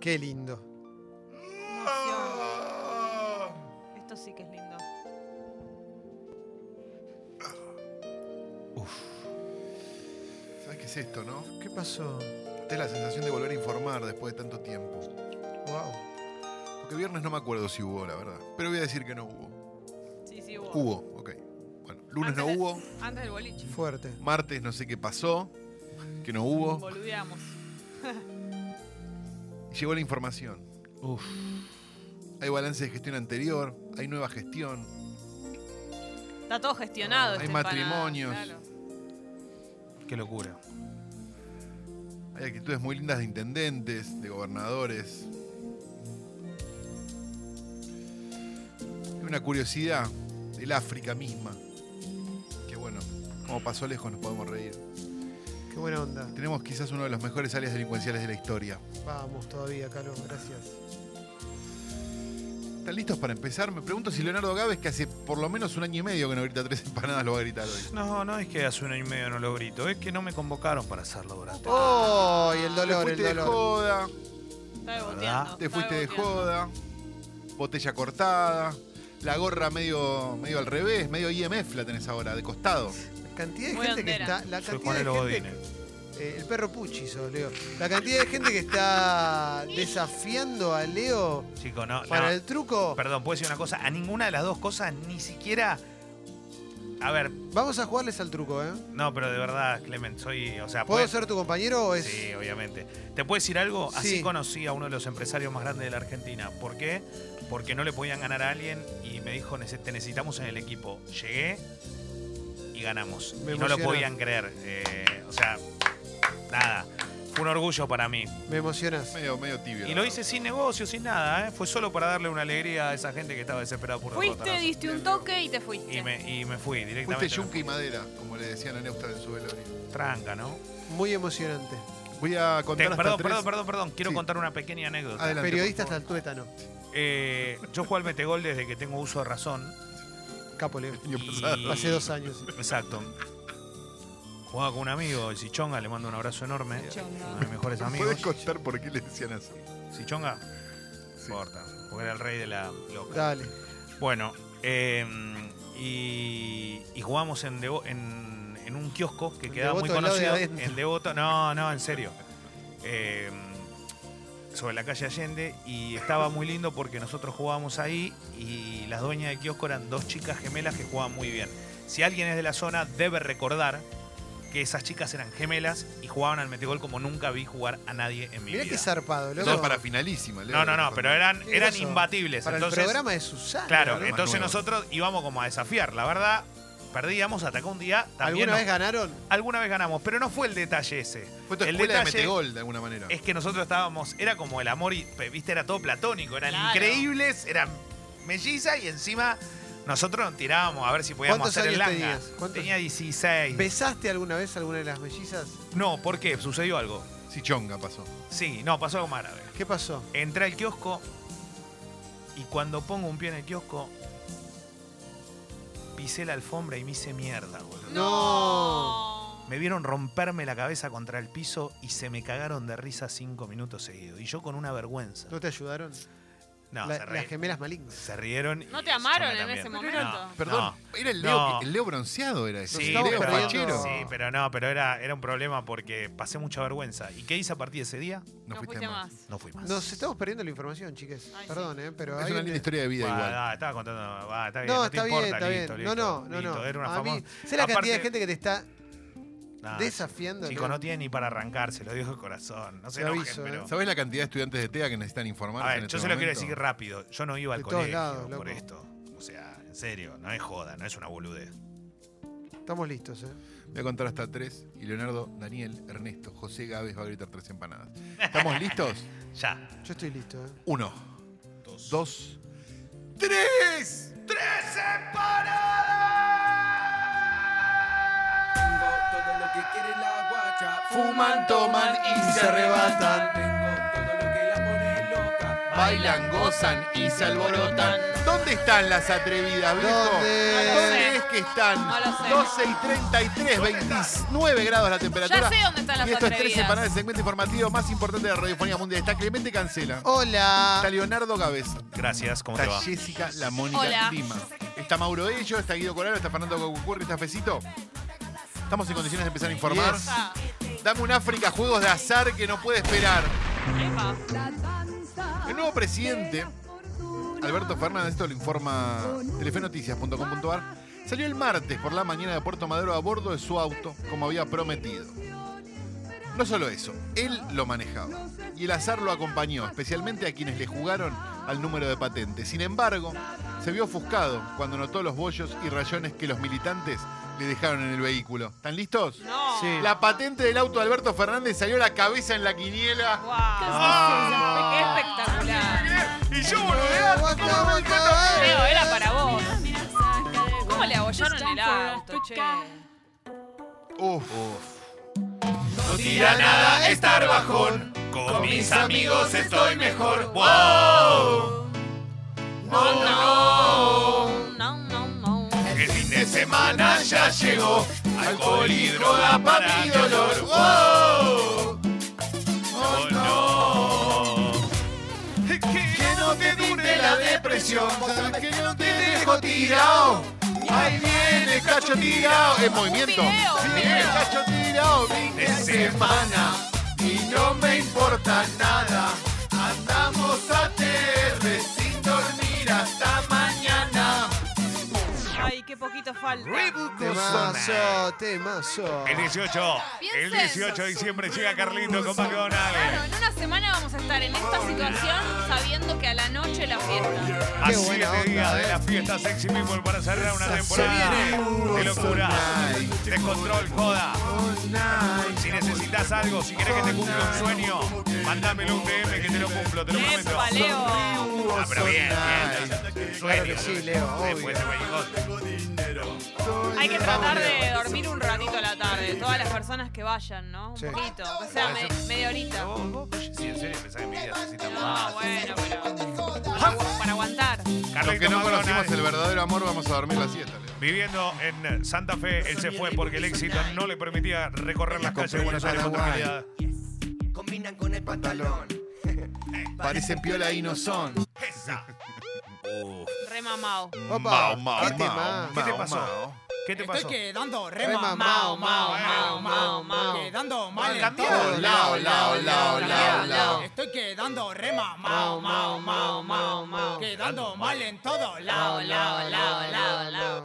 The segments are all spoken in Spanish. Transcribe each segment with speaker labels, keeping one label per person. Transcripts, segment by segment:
Speaker 1: Qué lindo.
Speaker 2: Esto sí que es lindo.
Speaker 3: ¿Sabes qué es esto, no?
Speaker 1: ¿Qué pasó?
Speaker 3: Esta es la sensación de volver a informar después de tanto tiempo.
Speaker 1: Wow.
Speaker 3: Porque viernes no me acuerdo si hubo, la verdad. Pero voy a decir que no hubo.
Speaker 2: Sí, sí, hubo.
Speaker 3: Hubo, ok. Bueno, lunes no
Speaker 2: Antes de-
Speaker 3: hubo,
Speaker 2: Antes del boliche.
Speaker 1: Fuerte.
Speaker 3: martes no sé qué pasó, que no hubo.
Speaker 2: Boludeamos.
Speaker 3: Llegó la información. Hay balance de gestión anterior, hay nueva gestión.
Speaker 2: Está todo gestionado.
Speaker 3: Hay
Speaker 2: este empanada,
Speaker 3: matrimonios.
Speaker 2: claro.
Speaker 4: Qué locura.
Speaker 3: Hay actitudes muy lindas de intendentes, de gobernadores. Y una curiosidad del África misma. Que bueno, como pasó lejos nos podemos reír.
Speaker 1: Qué buena onda.
Speaker 3: Tenemos quizás uno de los mejores áreas delincuenciales de la historia.
Speaker 1: Vamos todavía, Carlos, gracias.
Speaker 3: ¿Están listos para empezar? Me pregunto si Leonardo Gávez, que hace por lo menos un año y medio que no grita tres empanadas, lo va a gritar hoy.
Speaker 4: No, no es que hace un año y medio no lo grito, es que no me convocaron para hacerlo durante.
Speaker 1: ¡Oh! Y el dolor,
Speaker 3: te
Speaker 1: el
Speaker 3: fuiste de
Speaker 1: dolor.
Speaker 3: joda,
Speaker 2: Está
Speaker 4: ¿Verdad?
Speaker 2: beboteando,
Speaker 3: te
Speaker 2: está
Speaker 3: fuiste de
Speaker 2: beboteando.
Speaker 3: joda, botella cortada, la gorra medio, medio al revés, medio IMF la tenés ahora, de costado.
Speaker 1: La cantidad de
Speaker 2: Muy
Speaker 1: gente que
Speaker 2: bandera.
Speaker 1: está. La
Speaker 4: Soy
Speaker 1: cantidad de
Speaker 4: Juan
Speaker 1: gente,
Speaker 4: Godínez.
Speaker 1: eh, el perro Puchi, sos, Leo. La cantidad de gente que está desafiando a Leo
Speaker 4: Chico, no,
Speaker 1: para
Speaker 4: no.
Speaker 1: el truco.
Speaker 4: Perdón, puedo decir una cosa. A ninguna de las dos cosas ni siquiera. A ver,
Speaker 1: Vamos a jugarles al truco, ¿eh?
Speaker 4: no, pero de verdad, Clement, soy. O sea,
Speaker 1: ¿Puedo
Speaker 4: puedes-
Speaker 1: ser tu compañero o es.?
Speaker 4: Sí, obviamente. ¿Te puedo decir algo?
Speaker 1: Sí.
Speaker 4: Así conocí a uno de los empresarios más grandes de la Argentina. ¿Por qué? Porque no le podían ganar a alguien y me dijo, "Nece- te necesitamos en el equipo. Llegué y ganamos.
Speaker 1: Me
Speaker 4: y no lo
Speaker 1: emociona.
Speaker 4: podían creer. Eh, o sea, nada. Fue un orgullo para mí.
Speaker 1: Me emocionas.
Speaker 3: Medio, medio tibio. la
Speaker 4: Y lo
Speaker 3: verdad.
Speaker 4: hice sin negocio, sin nada. ¿eh? Fue solo para darle una alegría a esa gente que estaba desesperada por
Speaker 2: Fuiste,
Speaker 4: derrotar.
Speaker 2: diste un toque y te fuiste.
Speaker 4: y me, y me fui directamente.
Speaker 3: Fuiste yunque y madera, como le decían a Neustadt en su velorio.
Speaker 4: Tranca, ¿no?
Speaker 1: Muy emocionante.
Speaker 3: Voy a
Speaker 4: Te-
Speaker 3: contar hasta
Speaker 4: perdón,
Speaker 3: tres.
Speaker 4: perdón, perdón, perdón. Quiero
Speaker 3: Sí.
Speaker 4: contar una pequeña anécdota.
Speaker 3: Adelante,
Speaker 1: Periodista
Speaker 3: por
Speaker 1: hasta el tuétano.
Speaker 4: Eh, yo juego al metegol desde que tengo uso de razón.
Speaker 1: Capo, Leo.
Speaker 3: Año
Speaker 4: Y-
Speaker 3: pasado.
Speaker 1: Hace dos años.
Speaker 4: Exacto. Jugaba con un amigo, el Sichonga, le mando un abrazo enorme.
Speaker 2: Chonga.
Speaker 4: Uno de mis mejores amigos.
Speaker 3: ¿Puedes contar por qué le decían así?
Speaker 4: ¿Sichonga?
Speaker 3: Sí.
Speaker 4: Importa, porque era el rey de la loca.
Speaker 1: Dale.
Speaker 4: Bueno, eh, y, y jugamos en, Devo- en, en un kiosco que
Speaker 1: En
Speaker 4: quedaba muy
Speaker 1: Devoto, al lado de
Speaker 4: conocido.
Speaker 1: adentro.
Speaker 4: en Devoto, no, no, en serio. Eh, sobre la calle Allende y estaba muy lindo porque nosotros jugábamos ahí y las dueñas del kiosco eran dos chicas gemelas que jugaban muy bien. Si alguien es de la zona debe recordar que esas chicas eran gemelas y jugaban al metegol como nunca vi jugar a nadie en mi
Speaker 1: Mirá
Speaker 4: vida.
Speaker 1: qué zarpado,
Speaker 3: Dos
Speaker 1: Leo.
Speaker 3: para finalísima, Leo.
Speaker 4: no, no, no, pero eran,
Speaker 1: Qué
Speaker 4: eran
Speaker 1: groso.
Speaker 4: imbatibles.
Speaker 1: Para
Speaker 4: entonces,
Speaker 1: el programa de Susana.
Speaker 4: Claro,
Speaker 1: ¿no?
Speaker 3: Programas
Speaker 4: entonces
Speaker 3: nuevos.
Speaker 4: nosotros íbamos como a desafiar. La verdad, perdíamos, atacó un día. También
Speaker 1: ¿Alguna
Speaker 4: nos-
Speaker 1: vez ganaron?
Speaker 4: alguna vez ganamos, pero no fue el detalle ese.
Speaker 3: Fue tu
Speaker 4: el
Speaker 3: escuela de
Speaker 4: detalle
Speaker 3: metegol, de alguna manera.
Speaker 4: Es que nosotros estábamos, era como el amor, y, viste, era todo platónico, eran
Speaker 2: Claro.
Speaker 4: increíbles, eran mellizas y encima nosotros nos tirábamos a ver si podíamos
Speaker 1: ¿Cuántos
Speaker 4: hacer el
Speaker 1: años
Speaker 4: langa.
Speaker 1: tenías? ¿Cuántos?
Speaker 4: Tenía 16.
Speaker 1: ¿Besaste alguna vez alguna de las mellizas?
Speaker 4: No, ¿por qué? Sucedió algo.
Speaker 3: Si chonga pasó.
Speaker 4: Sí, no, pasó algo más grave.
Speaker 1: ¿Qué pasó?
Speaker 4: Entré al kiosco y cuando pongo un pie en el kiosco, pisé la alfombra y me hice mierda, boludo.
Speaker 2: No.
Speaker 4: Me vieron romperme la cabeza contra el piso y se me cagaron de risa cinco minutos seguidos. Y yo con una vergüenza.
Speaker 1: ¿No te ayudaron?
Speaker 4: No,
Speaker 1: La-
Speaker 4: se,
Speaker 1: las
Speaker 4: rieron,
Speaker 1: gemelas malignas.
Speaker 4: se rieron.
Speaker 2: ¿No
Speaker 4: y
Speaker 2: te amaron
Speaker 4: Susana
Speaker 2: en ese
Speaker 4: también.
Speaker 2: momento?
Speaker 4: No,
Speaker 3: Perdón,
Speaker 4: no.
Speaker 3: era el Leo,
Speaker 4: No.
Speaker 3: el Leo bronceado, era eso.
Speaker 4: Sí,
Speaker 3: el Leo
Speaker 1: estamos
Speaker 4: pero,
Speaker 1: perdiendo.
Speaker 3: fachero.
Speaker 4: sí, pero no, pero era, era un problema porque pasé mucha vergüenza. ¿Y qué hice a partir de ese día?
Speaker 2: No, fuiste más.
Speaker 4: No fui más.
Speaker 1: Nos estamos perdiendo la información, chiques.
Speaker 2: Ay, sí.
Speaker 1: Perdón, ¿eh? Pero
Speaker 3: Es
Speaker 1: hay
Speaker 3: una
Speaker 1: un-
Speaker 3: linda historia de vida
Speaker 4: Bah,
Speaker 3: igual.
Speaker 4: ah, estaba contando. bah, está bien,
Speaker 1: No,
Speaker 4: no, te
Speaker 1: está bien,
Speaker 4: importa,
Speaker 1: está bien.
Speaker 4: listo,
Speaker 1: no,
Speaker 4: listo,
Speaker 1: no, no,
Speaker 4: listo.
Speaker 1: no.
Speaker 4: Era una
Speaker 1: A mí-
Speaker 4: famosa.
Speaker 1: sé la cantidad de
Speaker 4: Aparte- Ah,
Speaker 1: gente que te está
Speaker 4: Nah,
Speaker 1: desafiando.
Speaker 4: Chico,
Speaker 1: Leo.
Speaker 4: no tiene ni para arrancar, se lo digo de corazón. No
Speaker 1: Te
Speaker 4: se enojen,
Speaker 1: aviso,
Speaker 4: pero.
Speaker 1: eh.
Speaker 3: ¿Sabés la cantidad de estudiantes de TEA que necesitan informarse?
Speaker 4: A ver,
Speaker 3: en este
Speaker 4: yo se lo quiero
Speaker 3: momento?
Speaker 4: decir rápido. Yo no iba al
Speaker 1: De todos
Speaker 4: colegio
Speaker 1: lados, loco.
Speaker 4: por esto. O sea, en serio, no es joda, no es una boludez.
Speaker 1: Estamos listos, ¿eh?
Speaker 3: Voy a contar hasta tres. Y Leonardo, Daniel, Ernesto, José Gávez va a gritar tres empanadas. ¿Estamos listos?
Speaker 4: Ya.
Speaker 1: Yo estoy listo, ¿eh?
Speaker 3: Uno, dos, tres.
Speaker 4: ¡Tres empanadas!
Speaker 5: Tengo todo lo que quiere la guacha.
Speaker 3: Fuman, toman y se arrebatan.
Speaker 5: Tengo todo lo que la pone loca.
Speaker 3: Bailan, gozan y se alborotan. ¿Dónde están las atrevidas, viejo?
Speaker 1: ¿Dónde?
Speaker 3: ¿Dónde es que están?
Speaker 2: No lo sé.
Speaker 3: 12 y 33, 29 grados la temperatura.
Speaker 2: Ya sé dónde están las
Speaker 3: Y esto es 13
Speaker 2: atrevidas.
Speaker 3: para el segmento informativo más importante de la radiofonía mundial. Está Clemente Cancela.
Speaker 1: Hola.
Speaker 3: Está Leonardo Cabeza.
Speaker 4: Gracias, ¿cómo te
Speaker 3: Está
Speaker 4: va?
Speaker 3: Jessica La Mónica
Speaker 2: Hola.
Speaker 3: Prima. Está Mauro Ello, está Guido Coralo, está Fernando Gocucurri, está Fecito. Estamos en condiciones de empezar a informar.
Speaker 2: Ah,
Speaker 3: Dame un África Juegos de Azar que no puede esperar.
Speaker 2: epa.
Speaker 3: El nuevo presidente, Alberto Fernández, esto lo informa telefenoticias.com.ar, salió el martes por la mañana de Puerto Madero a bordo de su auto, como había prometido. No solo eso, él lo manejaba y el azar lo acompañó, especialmente a quienes le jugaron al número de patente. Sin embargo, se vio ofuscado cuando notó los bollos y rayones que los militantes le dejaron en el vehículo. ¿Están listos?
Speaker 2: No.
Speaker 1: Sí.
Speaker 3: La patente del auto de Alberto Fernández salió a la cabeza en la quiniela.
Speaker 2: Wow.
Speaker 3: Ah.
Speaker 2: Qué espectacular.
Speaker 3: Y yo,
Speaker 1: Eh, aguanta, aguanta, eh.
Speaker 2: Creo, era para vos. ¿Cómo le abollaron el auto, che?
Speaker 3: Uf.
Speaker 4: No tira nada estar bajón. Con mis amigos estoy mejor. ¡Wow!
Speaker 2: No, no, no.
Speaker 4: El fin de semana ya llegó. Alcohol y droga para mi dolor. ¡Wow! ¡Oh, no! Que no te dure la depresión. Que no te dejo tirado. Ahí viene
Speaker 3: Cacho tirado en movimiento.
Speaker 2: video, un
Speaker 3: Viene
Speaker 2: video.
Speaker 3: Cacho tirado, fin de
Speaker 4: de
Speaker 3: semana. Y no me importa nada. Andamos a TV sin dormir hasta mañana.
Speaker 2: Ay, qué poquito falta.
Speaker 1: Temazo, temazo.
Speaker 4: El 18, el
Speaker 2: Piensa
Speaker 4: 18 de
Speaker 2: eso.
Speaker 4: diciembre llega Carlito con
Speaker 2: Claro,
Speaker 4: McDonald's.
Speaker 2: en una semana vamos a estar en esta situación sabiendo que a la noche la fiesta.
Speaker 4: A
Speaker 1: Qué buena
Speaker 4: siete
Speaker 1: onda,
Speaker 4: días
Speaker 1: eh.
Speaker 4: de las fiestas Sexy People para cerrar una temporada de locura, descontrol, joda. Si necesitas algo, si querés que te cumpla un sueño, mándamelo un DM que te lo cumplo, te lo prometo.
Speaker 2: ¡Epa, Leo!
Speaker 4: Ah, pero bien, bien.
Speaker 1: Claro que
Speaker 4: Sueño.
Speaker 1: sí, Leo,
Speaker 4: Después de
Speaker 1: obvio.
Speaker 4: Guayigot.
Speaker 2: Hay que tratar de dormir un ratito a la tarde. Todas las personas que vayan, ¿no? Un
Speaker 1: Sí.
Speaker 2: poquito. O sea, me- media horita.
Speaker 4: ¿Vos, vos, sí, en serio, pensás que mi vida necesita
Speaker 2: No,
Speaker 1: Ah,
Speaker 4: más.
Speaker 2: bueno, pero. agu- Para aguantar.
Speaker 3: Los que
Speaker 4: Carlito
Speaker 3: no
Speaker 4: McDonald's.
Speaker 3: conocimos el verdadero amor, vamos a dormir la siesta, Leo.
Speaker 4: Viviendo en Santa Fe, él se fue porque el éxito no le permitía recorrer las calles de Buenos Aires con tranquilidad.
Speaker 5: Combinan con el pantalón.
Speaker 3: Parecen piola y no son.
Speaker 4: Esa.
Speaker 2: Remamado.
Speaker 1: Opa,
Speaker 3: Mao, mao,
Speaker 1: qué tema.
Speaker 4: ¿Qué te
Speaker 3: Mao,
Speaker 4: pasó?
Speaker 3: mao.
Speaker 4: ¿Qué te pasó?
Speaker 6: Estoy quedando re
Speaker 1: Re
Speaker 6: mamado,
Speaker 1: mamao, mao, mao,
Speaker 6: mao,
Speaker 1: mao, mao.
Speaker 6: Quedando mal en
Speaker 4: cambiado.
Speaker 6: todo.
Speaker 3: Lao, lao, lao, lao, lao.
Speaker 6: Estoy quedando re
Speaker 1: Mao,
Speaker 6: mamao,
Speaker 1: mao,
Speaker 6: mao,
Speaker 1: mao,
Speaker 6: mao, mao,
Speaker 1: mao.
Speaker 6: Quedando mal en todo. Lao, lao, lao, lao, lao.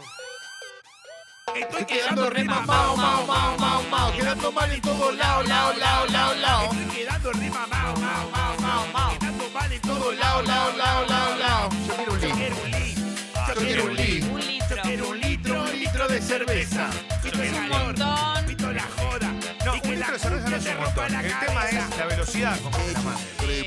Speaker 3: Estoy quedando re mamao, mao, mao, mao, mao. Quedando mal en todo lao, lao, lao, lao, lao. Todo lao, lao, lao, lao, lao. Yo quiero un litro. Yo quiero un litro.
Speaker 2: Un litro.
Speaker 3: Un litro, un litro de cerveza.
Speaker 2: Es un montón.
Speaker 4: No, un litro de cerveza no es un montón. El tema es la velocidad con que la mandes.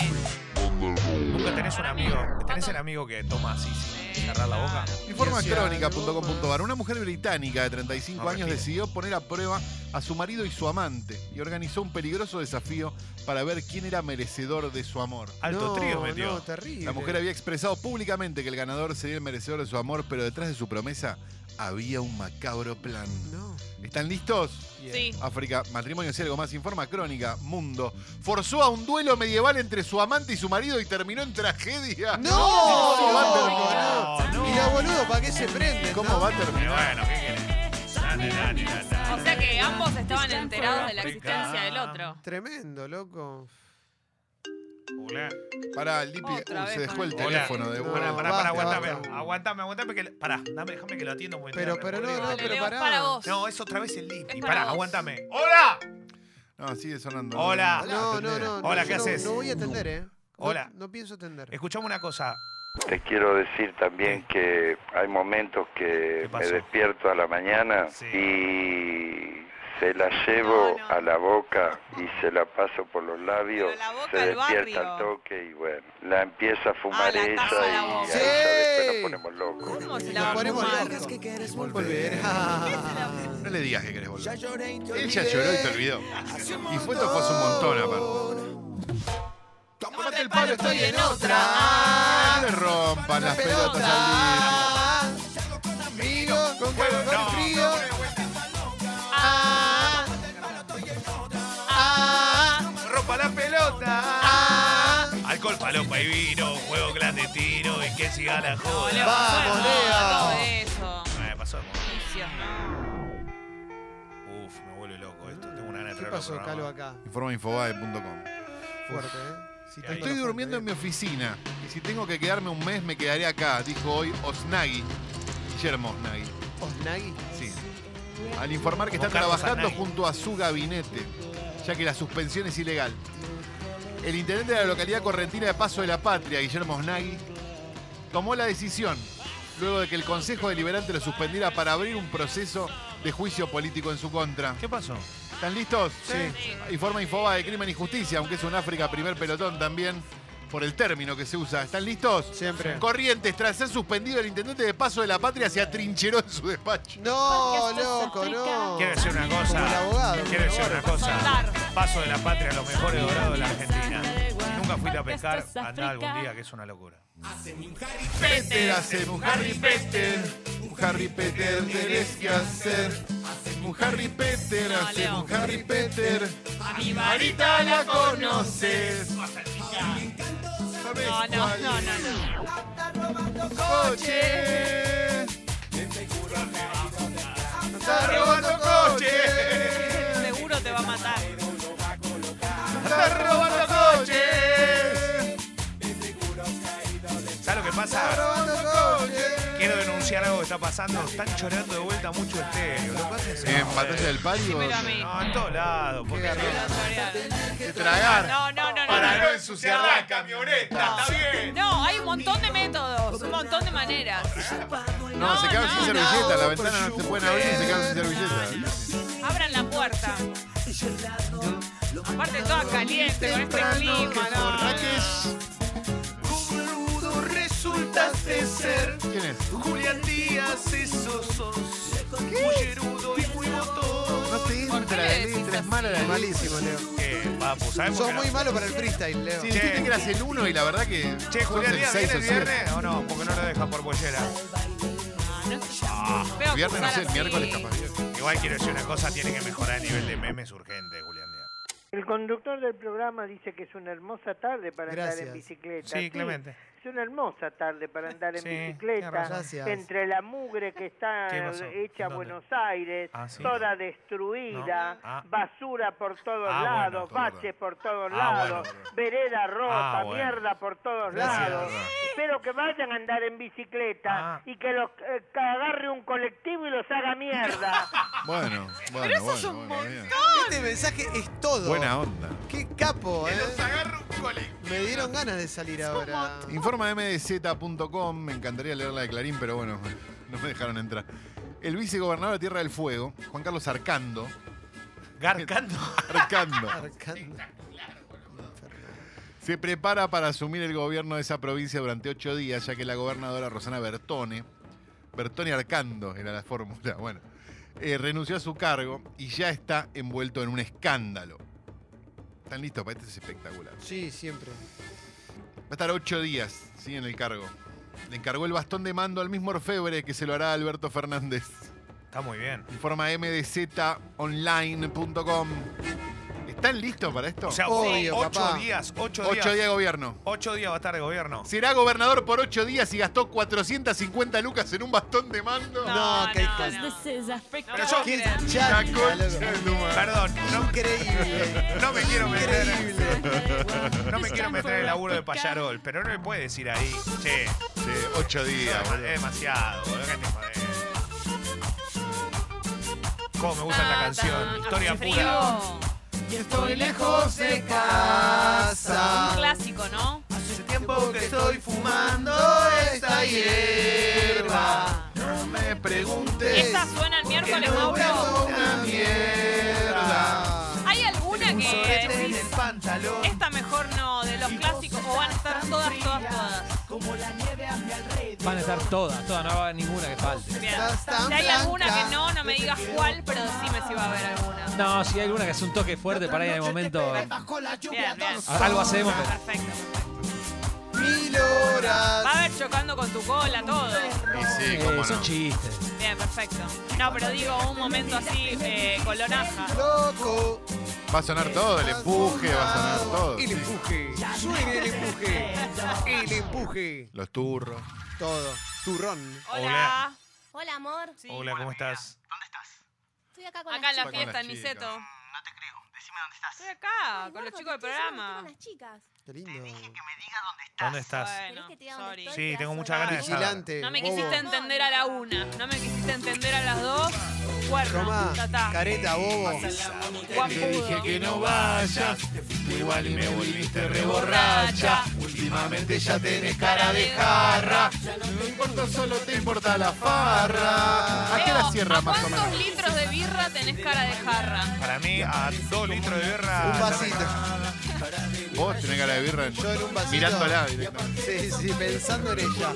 Speaker 4: Nunca tenés un amigo. ¿Tenés el amigo que toma así sin cerrar la boca?
Speaker 3: Informa crónica.com.ar. Una mujer británica de 35
Speaker 4: No,
Speaker 3: años
Speaker 4: respira.
Speaker 3: decidió poner a prueba a su marido y su amante y organizó un peligroso desafío para ver quién era merecedor de su amor.
Speaker 4: Alto
Speaker 1: No,
Speaker 4: trío metió.
Speaker 1: No, terrible.
Speaker 3: La mujer había expresado públicamente que el ganador sería el merecedor de su amor, pero detrás de su promesa había un macabro plan.
Speaker 1: No.
Speaker 3: ¿Están listos?
Speaker 2: Sí.
Speaker 3: África, matrimonio si algo más, informa crónica, mundo. Forzó a un duelo medieval entre su amante y su marido y terminó en tragedia.
Speaker 1: ¡No!
Speaker 3: ¿Cómo va a terminar?
Speaker 1: No,
Speaker 4: no.
Speaker 1: Mirá, boludo, ¿para qué se prende?
Speaker 3: ¿Cómo va a
Speaker 4: Pero
Speaker 3: terminar?
Speaker 4: bueno, ¿qué querés? Na, na, na, na, na.
Speaker 2: O sea que ambos estaban enterados de la existencia del otro.
Speaker 1: Tremendo, loco.
Speaker 4: Hola.
Speaker 3: Pará, el Dipi
Speaker 2: Otra
Speaker 3: uh,
Speaker 2: vez
Speaker 3: se dejó
Speaker 2: con
Speaker 3: el
Speaker 2: el-
Speaker 3: teléfono de
Speaker 1: Hola.
Speaker 3: una.
Speaker 4: Pará, pará, pará,
Speaker 1: basta,
Speaker 4: aguántame.
Speaker 1: basta.
Speaker 4: Aguántame, aguántame que. Pará, dame, déjame que lo atienda un momento.
Speaker 1: Pero, pero no, no,
Speaker 2: Dale,
Speaker 1: pero
Speaker 2: Leo,
Speaker 1: pará.
Speaker 2: para vos.
Speaker 4: No, es otra vez el Lipi.
Speaker 2: Es
Speaker 4: Pará,
Speaker 2: para vos.
Speaker 4: aguántame. ¡Hola!
Speaker 3: No, sigue sonando.
Speaker 4: Hola.
Speaker 1: No, no, no. no,
Speaker 4: Hola,
Speaker 1: yo
Speaker 4: ¿qué
Speaker 1: no-
Speaker 4: haces?
Speaker 1: No voy a atender, ¿eh? No-
Speaker 4: Hola.
Speaker 1: No, pienso atender.
Speaker 4: Escuchame una cosa.
Speaker 7: Te quiero decir también que hay momentos
Speaker 4: ¿Qué
Speaker 7: que me
Speaker 4: pasó?
Speaker 7: despierto a la mañana
Speaker 4: Sí.
Speaker 7: y se la llevo
Speaker 2: No, no.
Speaker 7: a la boca y se la paso por los labios,
Speaker 2: Pero la boca
Speaker 7: se
Speaker 2: al
Speaker 7: despierta
Speaker 2: barrio. Ah,
Speaker 7: al toque y bueno, la empieza a fumar
Speaker 2: la
Speaker 7: ella
Speaker 2: tapa la
Speaker 7: y
Speaker 2: boca.
Speaker 7: a ella después
Speaker 1: Sí.
Speaker 7: nos ponemos locos.
Speaker 2: ¿Cómo se la va
Speaker 1: Nos
Speaker 2: a
Speaker 1: ponemos
Speaker 2: fumar?
Speaker 1: locos.
Speaker 5: que querés
Speaker 1: Volver.
Speaker 3: No le digas que querés
Speaker 5: Ya
Speaker 3: volver.
Speaker 5: lloré y te
Speaker 3: Él ya
Speaker 5: olvidé.
Speaker 3: lloró y te olvidó. Y fue esto fue hace un montón, aparte.
Speaker 5: Tómate
Speaker 3: el palo, estoy en
Speaker 1: otra.
Speaker 3: No Ah, le rompa rompan las pelotas al
Speaker 1: Ah, Amigo, con calor, con
Speaker 4: No,
Speaker 1: frío.
Speaker 2: Ah, ah,
Speaker 4: ¡Ropa la pelota!
Speaker 1: Ah,
Speaker 4: Alcohol, palopa y vino, juego grande tiro y que siga la
Speaker 2: no,
Speaker 4: joda.
Speaker 2: Leo,
Speaker 1: Vamos,
Speaker 2: no, Todo eso.
Speaker 4: Eh, pasó.
Speaker 2: Vicios, no.
Speaker 4: Uf, me vuelve loco esto. Tengo una gana de
Speaker 1: ¿Qué
Speaker 4: traerlo al
Speaker 1: pasó, Calo,
Speaker 4: programa.
Speaker 1: acá?
Speaker 3: día. Informainfobae.com.
Speaker 1: Fuerte, ¿eh? Si
Speaker 4: Estoy
Speaker 1: tanto
Speaker 3: Estoy
Speaker 1: lo
Speaker 3: durmiendo en mi
Speaker 1: fuerte,
Speaker 3: oficina y si tengo que quedarme un mes me quedaré acá, dijo hoy Osnagui, Guillermo Osnagui.
Speaker 1: ¿eh? Osnagui.
Speaker 3: Sí. Al informar que
Speaker 4: Como
Speaker 3: está
Speaker 4: Carlos
Speaker 3: trabajando
Speaker 4: Arnaiz.
Speaker 3: junto a su gabinete, ya que la suspensión es ilegal. El intendente de la localidad correntina de Paso de la Patria, Guillermo Osnagui, tomó la decisión luego de que el Consejo Deliberante lo suspendiera para abrir un proceso de juicio político en su contra.
Speaker 4: ¿Qué pasó?
Speaker 3: ¿Están listos?
Speaker 2: Sí.
Speaker 3: Informa Infoba de Crimen y Justicia, aunque es un África primer pelotón también, por el término que se usa. ¿Están listos?
Speaker 1: Siempre.
Speaker 3: Corrientes, tras ser suspendido el intendente de Paso de la Patria, se atrincheró en su despacho.
Speaker 1: No, loco, no.
Speaker 4: Quiero decir una cosa.
Speaker 1: Como el abogado,
Speaker 4: Quiero
Speaker 1: por
Speaker 4: decir
Speaker 1: favor.
Speaker 4: una cosa.
Speaker 2: Soldar.
Speaker 4: Paso de la patria a los mejores dorados de la Argentina. Si nunca fuiste a pescar, andá algún día, que es una locura.
Speaker 3: Peter, hace un Harry Peter. Un Harry Peter tenés que hacer. Haceme un Harry Peter,
Speaker 2: No,
Speaker 3: haceme
Speaker 2: Leo.
Speaker 3: un Harry Peter. A mi varita la conoces. ¿Sabes
Speaker 2: No, no,
Speaker 3: cuál
Speaker 2: no,
Speaker 3: es?
Speaker 2: no, no.
Speaker 3: coche. Está robando coche.
Speaker 2: Seguro te va a matar.
Speaker 3: Está robando coche.
Speaker 4: ¿Sabes lo que
Speaker 1: Está
Speaker 4: pasa?
Speaker 1: robando coche.
Speaker 4: Quiero denunciar algo que está pasando. Están llorando de vuelta mucho estéreo. Lo que pasa es
Speaker 3: En batalla del palio.
Speaker 2: Dímelo a mí.
Speaker 4: No, en todos lados. ¿por qué?
Speaker 3: De tragar.
Speaker 2: No, no, no, no. no.
Speaker 3: ensuciar la camioneta.
Speaker 2: No. No, hay un montón de métodos, un montón de maneras.
Speaker 3: No, se quedan sin
Speaker 2: no,
Speaker 3: servilleta.
Speaker 1: no,
Speaker 3: La ventana no se
Speaker 1: pero
Speaker 3: pueden abrir y se quedan sin servilleta.
Speaker 2: No, no, no. Abran la puerta. Aparte toda caliente con este clima, no.
Speaker 1: Boludo resultaste ser.
Speaker 3: ¿Quién es?
Speaker 1: Julián Díaz, eso sos. Mullerudo y muy botón.
Speaker 3: No te
Speaker 2: ¿Por qué
Speaker 3: entra la
Speaker 2: le decís
Speaker 3: letra, es
Speaker 2: así?
Speaker 3: mala la letra.
Speaker 1: Malísimo, Leo.
Speaker 4: Eh, Papu, ¿sabes por
Speaker 1: Sos
Speaker 4: qué
Speaker 1: muy
Speaker 4: no?
Speaker 1: malo para el freestyle, Leo.
Speaker 3: Sí, dijiste que eras el uno y la verdad que.
Speaker 4: Che, Julián
Speaker 3: sos el
Speaker 4: Díaz,
Speaker 3: seis
Speaker 4: ¿viene el
Speaker 3: o siete.
Speaker 4: viernes o no? Porque no lo deja por pollera.
Speaker 2: Veo
Speaker 3: Viernes, no
Speaker 2: cruzar
Speaker 3: sé, el
Speaker 2: así.
Speaker 3: miércoles capaz.
Speaker 4: Igual quiero decir una cosa, tiene que mejorar el nivel de memes urgente, Julián Díaz.
Speaker 8: El conductor del programa dice que es una hermosa tarde para andar
Speaker 1: Gracias.
Speaker 8: en bicicleta.
Speaker 4: Sí, Clemente.
Speaker 8: Es una hermosa tarde para andar en
Speaker 4: Sí,
Speaker 8: bicicleta.
Speaker 4: tenés
Speaker 1: razón.
Speaker 8: Entre la mugre que está
Speaker 4: ¿Qué pasó?
Speaker 8: hecha
Speaker 4: ¿Dónde?
Speaker 8: Buenos Aires,
Speaker 4: Ah, sí.
Speaker 8: toda destruida,
Speaker 4: No. Ah.
Speaker 8: basura por todos
Speaker 4: Ah, bueno,
Speaker 8: lados,
Speaker 3: todo
Speaker 8: baches
Speaker 3: verdad.
Speaker 8: por todos
Speaker 4: Ah,
Speaker 8: lados,
Speaker 4: bueno, verdad.
Speaker 8: vereda rota,
Speaker 4: Ah, bueno.
Speaker 8: mierda por todos
Speaker 1: Gracias,
Speaker 8: lados.
Speaker 4: verdad.
Speaker 8: Espero que vayan a andar en bicicleta
Speaker 4: Ah.
Speaker 8: y que los eh, que agarre un colectivo y los haga mierda.
Speaker 3: Bueno, bueno, bueno.
Speaker 2: eso es un
Speaker 3: bueno, bien.
Speaker 1: Este mensaje es todo.
Speaker 3: Buena onda.
Speaker 1: Qué capo, ¿eh?
Speaker 3: agarra un
Speaker 1: Me dieron ganas de salir ahora.
Speaker 3: Informa mdz.com, me encantaría leer la de Clarín, pero bueno, no me dejaron entrar. El vicegobernador de Tierra del Fuego, Juan Carlos Arcando,
Speaker 4: Garcando.
Speaker 3: Arcando,
Speaker 1: Arcando.
Speaker 3: se prepara para asumir el gobierno de esa provincia durante ocho días, ya que la gobernadora Rosana Bertone, Bertone Arcando era la fórmula, bueno, eh, renunció a su cargo y ya está envuelto en un escándalo. ¿Están listos? Para este es espectacular.
Speaker 1: Sí, siempre.
Speaker 3: Va a estar ocho días, ¿sí? En el cargo. Le encargó el bastón de mando al mismo orfebre que se lo hará Alberto Fernández.
Speaker 4: Está muy bien.
Speaker 3: Informa mdzonline.com. ¿Están listos para esto?
Speaker 4: O sea,
Speaker 1: Obvio,
Speaker 4: ocho
Speaker 1: papá.
Speaker 4: días, ocho,
Speaker 3: ocho
Speaker 4: días.
Speaker 3: días de gobierno.
Speaker 4: Ocho días va a estar de gobierno.
Speaker 3: Será gobernador por ocho días y gastó 450 lucas en un bastón de mando.
Speaker 2: No,
Speaker 1: No, qué
Speaker 2: no,
Speaker 1: cosa.
Speaker 2: no.
Speaker 4: Pero yo-
Speaker 1: Qué
Speaker 2: Bien.
Speaker 1: chanta,
Speaker 3: La concha
Speaker 1: loco.
Speaker 3: de tu madre.
Speaker 4: Perdón, no,
Speaker 1: Increíble.
Speaker 4: no me quiero meter.
Speaker 1: Increíble.
Speaker 4: No me quiero meter en el laburo de Payarol, pero no me puede decir ahí. Che,
Speaker 3: Sí, ocho días,
Speaker 4: es
Speaker 3: boludo.
Speaker 4: demasiado, boludo, que te jodés. Cómo me gusta
Speaker 2: Ah,
Speaker 4: esta canción. Historia pura.
Speaker 2: Frío.
Speaker 1: Estoy lejos de casa.
Speaker 2: Un clásico, ¿no?
Speaker 1: Hace tiempo que estoy fumando esta hierba.
Speaker 3: No me
Speaker 2: ¿Y
Speaker 3: preguntes.
Speaker 2: esta suena el miércoles,
Speaker 1: No
Speaker 2: Mauro?
Speaker 1: tengo una mierda.
Speaker 2: ¿Hay alguna que decís,
Speaker 1: pantalón.
Speaker 2: esta mejor no, de los clásicos, o van a estar todas, todas, todas?
Speaker 9: Van a estar todas, todas, no va a haber ninguna que falte.
Speaker 2: Bien.
Speaker 1: Estás tan
Speaker 2: Si hay alguna
Speaker 1: blanca.
Speaker 2: que no, no me digas cuál, pero decime si va a haber alguna.
Speaker 9: No, si hay alguna que es un toque fuerte para ir en el momento.
Speaker 2: Bien, bien.
Speaker 9: Algo hacemos, pero-
Speaker 2: Perfecto.
Speaker 1: Mil horas.
Speaker 2: Va a haber chocando con tu cola, todo.
Speaker 3: Y sí,
Speaker 9: Eh,
Speaker 3: cómo
Speaker 9: son
Speaker 3: no.
Speaker 9: chistes.
Speaker 2: Bien, perfecto. No, pero digo, un momento así, eh, colonaja.
Speaker 1: Loco.
Speaker 3: Va a sonar todo, el empuje, va a sonar todo.
Speaker 1: Ah, El
Speaker 3: sí.
Speaker 1: empuje. Suene el empuje. El empuje.
Speaker 3: Los turros.
Speaker 1: Todo. Turrón.
Speaker 2: Hola.
Speaker 10: Hola, amor.
Speaker 2: Sí.
Speaker 4: Hola, ¿cómo estás?
Speaker 10: Estoy acá con
Speaker 2: Acá en
Speaker 10: las
Speaker 3: Está
Speaker 2: la
Speaker 3: con
Speaker 2: fiesta,
Speaker 3: las
Speaker 2: en
Speaker 3: chicas.
Speaker 2: Niceto. No te creo. Decime dónde estás. Estoy acá, con los chicos del programa.
Speaker 10: Con las chicas.
Speaker 1: Qué lindo.
Speaker 4: ¿Dónde estás?
Speaker 10: ¿Querés
Speaker 2: Bueno,
Speaker 10: que te diga dónde
Speaker 2: sorry.
Speaker 10: estoy?
Speaker 4: Sí,
Speaker 10: Te
Speaker 4: tengo
Speaker 10: das
Speaker 4: muchas
Speaker 10: una-
Speaker 4: ganas de saber.
Speaker 1: Vigilante.
Speaker 2: No me
Speaker 1: bobo.
Speaker 2: quisiste entender a la una, no me quisiste entender a las dos. Cuerno,
Speaker 1: Tomá,
Speaker 2: ya está.
Speaker 1: careta, bobo.
Speaker 2: Guampudo.
Speaker 3: no vayas, igual y me volviste reborracha. Últimamente ya tenés cara de jarra. No importa, solo te importa la farra. ¿A qué
Speaker 2: Leo,
Speaker 3: la cierra
Speaker 2: ¿a
Speaker 3: más o
Speaker 2: ¿Cuántos
Speaker 3: menos?
Speaker 2: litros de birra tenés cara de jarra?
Speaker 4: Para mí, a dos litros de guerra.
Speaker 1: Un vasito.
Speaker 3: Vos tenés cara de birra en-
Speaker 1: Yo en un vasito.
Speaker 3: mirándola directamente.
Speaker 1: Sí, sí, pensando en ella.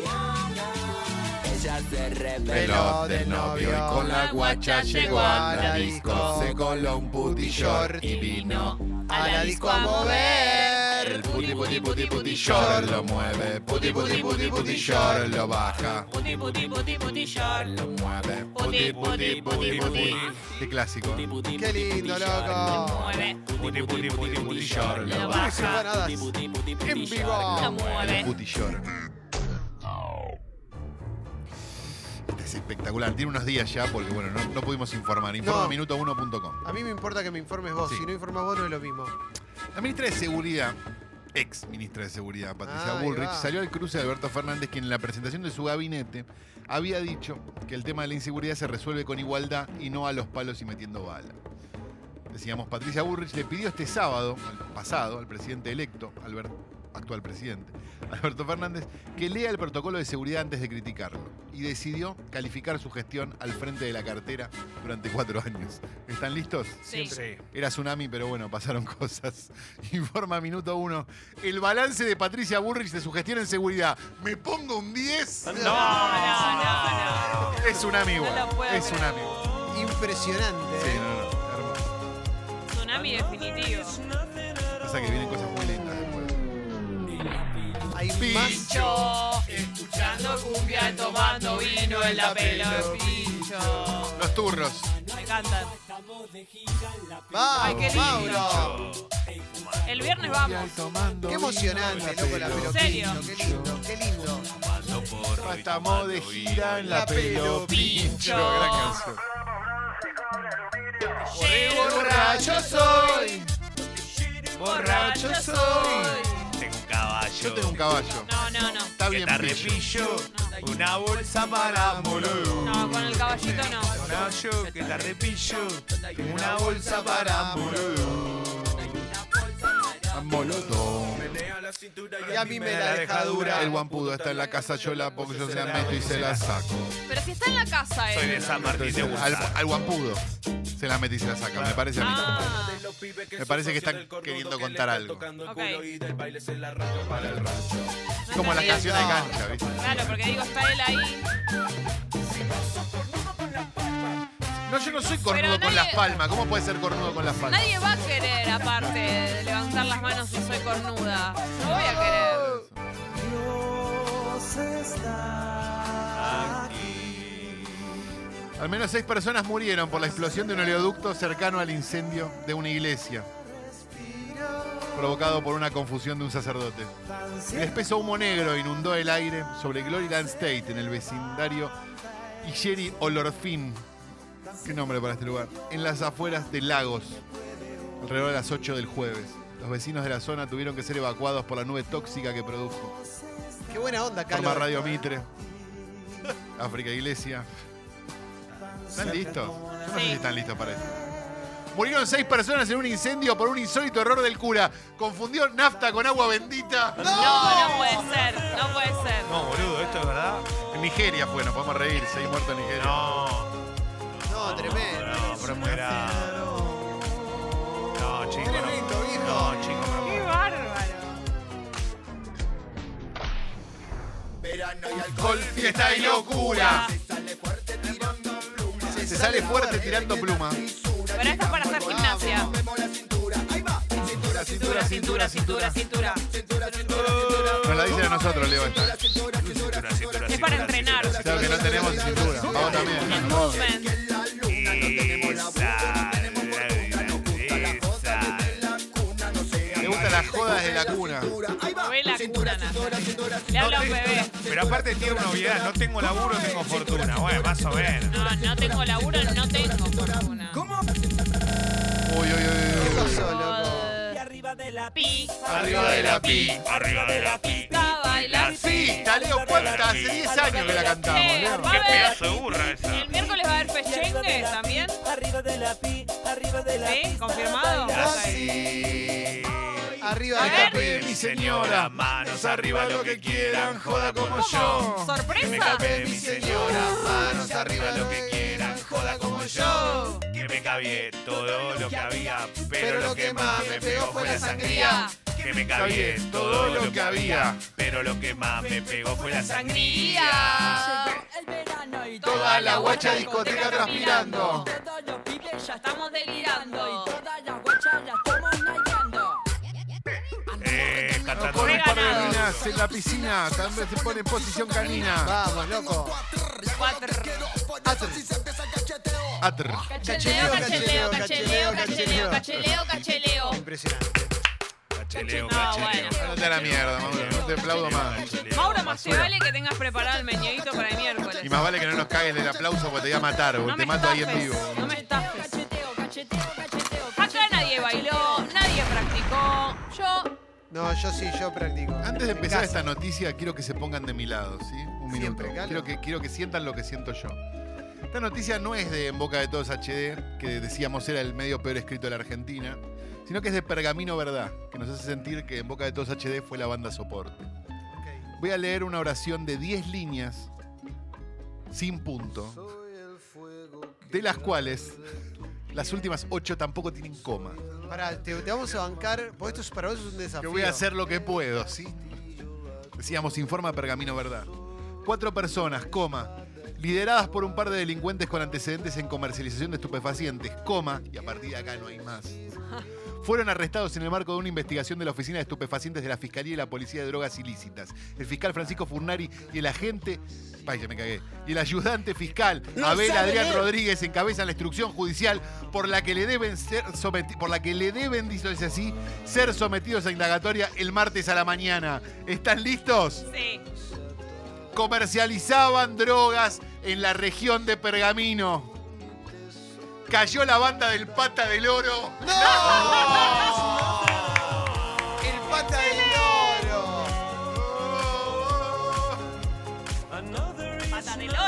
Speaker 5: Ella se
Speaker 1: Reloj del novio y con
Speaker 2: la guacha llegó a
Speaker 1: la disco. Se
Speaker 3: coló un puti
Speaker 1: short
Speaker 3: y vino.
Speaker 1: A la disco a mover.
Speaker 3: puti puti puti puti
Speaker 1: short
Speaker 3: lo mueve. Puti
Speaker 2: puti, puti, puti
Speaker 3: short lo baja.
Speaker 2: Puti, puti, puti, puti, short.
Speaker 3: lo mueve.
Speaker 2: Puti, puti, puti, puti.
Speaker 3: Qué clásico.
Speaker 1: Qué lindo, loco.
Speaker 2: Mueve,
Speaker 4: Puti, puti, puti, puti, short.
Speaker 2: lo
Speaker 1: No se va
Speaker 2: baja,
Speaker 1: nada. En
Speaker 2: lo
Speaker 1: vivo.
Speaker 3: El
Speaker 2: mueve.
Speaker 3: puti short. Este es espectacular. Tiene unos días ya porque, bueno, no, no pudimos informar. Informa
Speaker 1: No.
Speaker 3: minuto1.com.
Speaker 1: A mí me importa que me informes vos.
Speaker 3: Sí.
Speaker 1: Si no informas vos, no es lo mismo.
Speaker 3: La ministra de Seguridad, ex ministra de Seguridad, Patricia
Speaker 1: Ah, ahí
Speaker 3: Bullrich,
Speaker 1: va.
Speaker 3: salió al cruce de Alberto Fernández, quien en la presentación de su gabinete había dicho que el tema de la inseguridad se resuelve con igualdad y no a los palos y metiendo bala. Decíamos, Patricia Bullrich le pidió este sábado, al pasado, al presidente electo, Albert- actual presidente, Alberto Fernández, que lea el protocolo de seguridad antes de criticarlo. Y decidió calificar su gestión al frente de la cartera durante cuatro años. ¿Están listos?
Speaker 2: Sí.
Speaker 4: Sí.
Speaker 3: Era tsunami, pero bueno, pasaron cosas. Informa Minuto 1. El balance de Patricia Burrich de su gestión en seguridad. ¿Me pongo un 10?
Speaker 2: No, no, no, no.
Speaker 3: Es tsunami igual.
Speaker 2: No lo puedo
Speaker 3: es
Speaker 2: creer.
Speaker 3: tsunami.
Speaker 1: Impresionante.
Speaker 3: Sí,
Speaker 1: ¿eh?
Speaker 3: no, no, no, hermoso.
Speaker 2: Tsunami definitivo.
Speaker 3: Pasa que vienen cosas muy lindas después.
Speaker 1: Hay más.
Speaker 2: Yo, escuchando cumbia, tomando vino en la pelo de pincho.
Speaker 3: Los turros.
Speaker 2: Me encantan. Ay, qué
Speaker 1: Vamos,
Speaker 2: lindo.
Speaker 1: Mauro.
Speaker 2: El viernes vamos.
Speaker 1: Qué emocionante, loco, la
Speaker 2: ¿En
Speaker 1: pelotita.
Speaker 2: serio?
Speaker 1: Qué lindo, qué lindo.
Speaker 3: Ya Estamos de gira en la
Speaker 1: La pelo
Speaker 3: pelo pincho. Gran canción.
Speaker 1: Borracho soy.
Speaker 2: Borracho soy.
Speaker 4: Tengo un caballo.
Speaker 3: Yo tengo un caballo.
Speaker 2: No, no, no.
Speaker 3: Está
Speaker 4: que
Speaker 3: bien
Speaker 4: está
Speaker 3: pillo.
Speaker 4: repillo. Una bolsa para moler.
Speaker 2: No, con el caballito no.
Speaker 4: Una yo que está repillo. Tengo una bolsa para moler.
Speaker 3: Molotov.
Speaker 1: Y a mí me la deja dura.
Speaker 3: El guampudo está en la casa, yo la pongo, yo se la meto y se la saco.
Speaker 2: Pero si está en la casa,
Speaker 4: Soy de
Speaker 2: él.
Speaker 4: San Martín de
Speaker 3: Al,
Speaker 4: Bursa.
Speaker 3: al guampudo se la mete y se la saca, me parece a mí.
Speaker 2: Ah,
Speaker 3: Me parece que están queriendo contar algo.
Speaker 2: ok.
Speaker 3: Es como las canciones de cancha, ¿viste?
Speaker 2: Claro, porque digo, está él ahí.
Speaker 3: No, yo no soy cornudo
Speaker 2: Pero
Speaker 3: con las
Speaker 2: nadie-
Speaker 3: palmas. ¿Cómo puede ser cornudo con las palmas?
Speaker 2: Nadie va a querer, aparte de levantar las manos si soy cornuda. No voy a querer.
Speaker 3: Al menos seis personas murieron por la explosión de un oleoducto cercano al incendio de una iglesia. Provocado por una confusión de un sacerdote. El espeso humo negro inundó el aire sobre Gloryland State en el vecindario Igeri Olorfin. Qué nombre para este lugar. En las afueras de Lagos, alrededor de las 8 del jueves. Los vecinos de la zona tuvieron que ser evacuados por la nube tóxica que produjo.
Speaker 1: Qué buena onda,
Speaker 3: Forma
Speaker 1: Carlos.
Speaker 3: Radio Mitre. África Iglesia. ¿Están listos? Yo No sé
Speaker 2: Sí.
Speaker 3: si están listos para esto. Murieron seis personas en un incendio por un insólito error del cura. Confundió nafta con agua bendita.
Speaker 2: No, no puede ser, no puede ser.
Speaker 4: No, boludo, esto es verdad.
Speaker 3: En Nigeria fue, nos podemos reír. Seis muertos en Nigeria.
Speaker 4: No,
Speaker 1: No, tremendo.
Speaker 4: no, pero es muy grave. No, chico,
Speaker 1: Tremendo, viejo.
Speaker 4: no. No, chico, pero-
Speaker 2: Qué bárbaro.
Speaker 3: Alcohol, fiesta y locura. Se sale fuerte tirando pluma.
Speaker 2: Pero esto es para hacer gimnasia. Cintura, cintura, cintura, cintura.
Speaker 3: Nos la dicen a nosotros, Leo. esta.
Speaker 2: frenar.
Speaker 3: Claro que no tenemos cintura. Vamos
Speaker 2: El
Speaker 3: también.
Speaker 2: movement.
Speaker 3: Me gustan las jodas de la cuna.
Speaker 2: Ve la cuna, Nata. Le habla a un bebé.
Speaker 4: Pero aparte tiene una obviedad, no tengo laburo, tengo fortuna. Bueno, más o menos.
Speaker 2: No, no tengo laburo, no tengo fortuna. ¿Cómo?
Speaker 3: Uy, uy, uy, uy.
Speaker 1: Pasó, loco.
Speaker 2: Pi.
Speaker 3: Arriba de la pi, arriba de la pi.
Speaker 2: Está bailando.
Speaker 3: Sí, Leo, ¿cuántas? Hace 10 años que la cantamos,
Speaker 2: Eh,
Speaker 3: Leo.
Speaker 2: va a haber-
Speaker 4: de burra esa.
Speaker 2: El miércoles va a haber pechengue también.
Speaker 5: Arriba de la pi, arriba de
Speaker 2: ¿Sí? ¿Confirmado?
Speaker 1: Arriba de
Speaker 2: A
Speaker 1: la
Speaker 2: ver.
Speaker 1: pi-
Speaker 3: mi señora, manos arriba lo que quieran, joda como yo.
Speaker 2: ¿Cómo? ¿Sorpresa?
Speaker 3: de mi señora, manos arriba lo que quieran, joda como yo. Que me cabié todo lo que había, pero lo que más me pegó fue la sangría. Que me cabié todo lo que había, pero lo que más me pegó fue la sangría.
Speaker 5: El verano y
Speaker 3: Toda la guacha discoteca transpirando.
Speaker 5: todos los pibes ya
Speaker 2: Estamos delirando.
Speaker 5: Y toda la guacha la estamos nalgando.
Speaker 3: Cantando con un par de nenas en la piscina, también se pone en posición canina.
Speaker 1: Vamos, loco.
Speaker 3: Atr.
Speaker 2: Cacheleo, cacheleo, cacheleo, cacheleo, cacheleo, cacheleo.
Speaker 1: Impresionante.
Speaker 4: Cacheleo,
Speaker 2: No,
Speaker 4: cacheleo.
Speaker 2: bueno.
Speaker 3: No te la mierda, Mauro, no te aplaudo más.
Speaker 4: Cacheleo,
Speaker 2: Mauro, más te
Speaker 4: basura.
Speaker 2: vale que tengas preparado el meñidito para el miércoles.
Speaker 3: Y más vale que no nos cagues del aplauso porque te voy a matar, porque
Speaker 2: No me
Speaker 3: te mato ahí en
Speaker 2: estafes,
Speaker 3: vivo.
Speaker 2: No me estafes.
Speaker 5: Cacheteo, cacheteo, cacheteo.
Speaker 2: Acá nadie bailó, nadie practicó. Yo,
Speaker 1: No, yo sí, yo practico.
Speaker 3: Antes de
Speaker 1: En
Speaker 3: empezar
Speaker 1: casa.
Speaker 3: esta noticia, quiero que se pongan de mi lado, ¿sí? Un minuto.
Speaker 1: Siempre, Calo.
Speaker 3: Quiero que, quiero que sientan lo que siento yo. Esta noticia no es de En Boca de Todos HD, que decíamos era el medio peor escrito de la Argentina, sino que es de Pergamino Verdad, que nos hace sentir que En Boca de Todos HD fue la banda soporte.
Speaker 1: Ok.
Speaker 3: Voy a leer una oración de 10 líneas, sin punto,
Speaker 1: Soy el fuego que-
Speaker 3: de las cuales las últimas 8 tampoco tienen coma.
Speaker 1: Pará, te, te vamos a bancar, porque esto es, para vos es un
Speaker 3: Que
Speaker 1: desafío.
Speaker 3: voy a hacer lo que puedo, ¿sí? Decíamos, informa Pergamino Verdad. Cuatro personas, coma, lideradas por un par de delincuentes con antecedentes en comercialización de estupefacientes, coma, y a partir de acá no hay más. Fueron arrestados en el marco de una investigación de la Oficina de Estupefacientes de la Fiscalía y la Policía de Drogas Ilícitas. El fiscal Francisco Furnari y el agente. Ay, ya me cagué. Y el ayudante fiscal Abel Adrián Rodríguez encabezan la instrucción judicial por la que le deben ser someti- por la que le deben, dice así, ser sometidos a indagatoria el martes a la mañana. ¿Están listos?
Speaker 2: sí.
Speaker 3: comercializaban drogas en la región de Pergamino. Cayó la banda del Pata del Oro.
Speaker 1: ¡El pata del oro!
Speaker 2: Pata del oro.